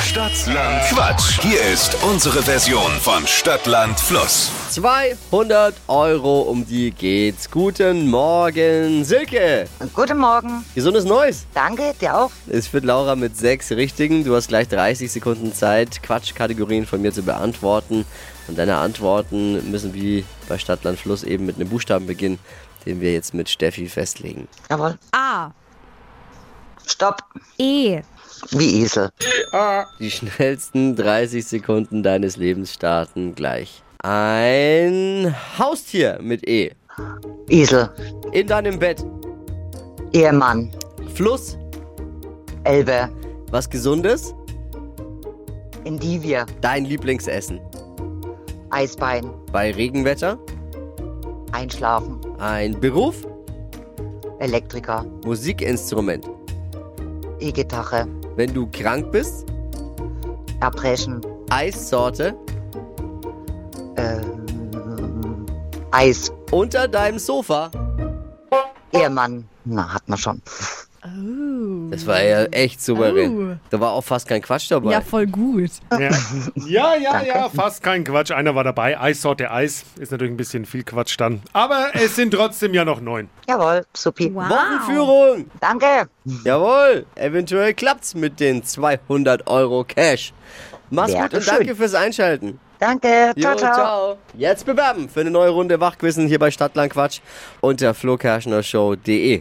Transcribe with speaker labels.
Speaker 1: Stadtland Quatsch. Hier ist unsere Version von Stadtland Fluss.
Speaker 2: 200 Euro, um die geht's. Guten Morgen, Silke.
Speaker 3: Guten Morgen.
Speaker 2: Gesundes Neues.
Speaker 3: Danke, dir auch.
Speaker 2: Es wird Laura mit sechs Richtigen. Du hast gleich 30 Sekunden Zeit, Quatschkategorien von mir zu beantworten. Und deine Antworten müssen wie bei Stadtland Fluss eben mit einem Buchstaben beginnen, den wir jetzt mit Steffi festlegen.
Speaker 3: Jawohl.
Speaker 4: A.
Speaker 3: Stopp.
Speaker 4: E.
Speaker 3: Wie Esel.
Speaker 2: Die schnellsten 30 Sekunden deines Lebens starten gleich. Ein Haustier mit E.
Speaker 3: Esel.
Speaker 2: In deinem Bett.
Speaker 3: Ehemann.
Speaker 2: Fluss,
Speaker 3: Elbe.
Speaker 2: was Gesundes.
Speaker 3: Endivie.
Speaker 2: Dein Lieblingsessen.
Speaker 3: Eisbein.
Speaker 2: Bei Regenwetter.
Speaker 3: Einschlafen.
Speaker 2: Ein Beruf.
Speaker 3: Elektriker.
Speaker 2: Musikinstrument.
Speaker 3: E-Gitarre.
Speaker 2: Wenn du krank bist.
Speaker 3: Erbrechen.
Speaker 2: Eissorte.
Speaker 3: Ähm, Eis.
Speaker 2: Unter deinem Sofa.
Speaker 3: Ehemann. Na, hat man schon.
Speaker 2: Das war ja echt souverän. Da war auch fast kein Quatsch dabei.
Speaker 4: Ja, voll gut.
Speaker 5: Ja, ja, ja, ja, fast kein Quatsch. Einer war dabei. Eissorte Eis. Ist natürlich ein bisschen viel Quatsch dann. Aber es sind trotzdem ja noch neun.
Speaker 3: Jawohl, supi.
Speaker 2: Wochenführung.
Speaker 3: Danke.
Speaker 2: Jawohl. Eventuell klappt's mit den 200 Euro Cash. Mach's
Speaker 3: Ja,
Speaker 2: gut und
Speaker 3: schön.
Speaker 2: danke fürs Einschalten.
Speaker 3: Danke. Ciao,
Speaker 2: Jo,
Speaker 3: ciao.
Speaker 2: Jetzt bewerben für eine neue Runde Wachquissen hier bei Stadtlandquatsch unter flokerschnershow.de.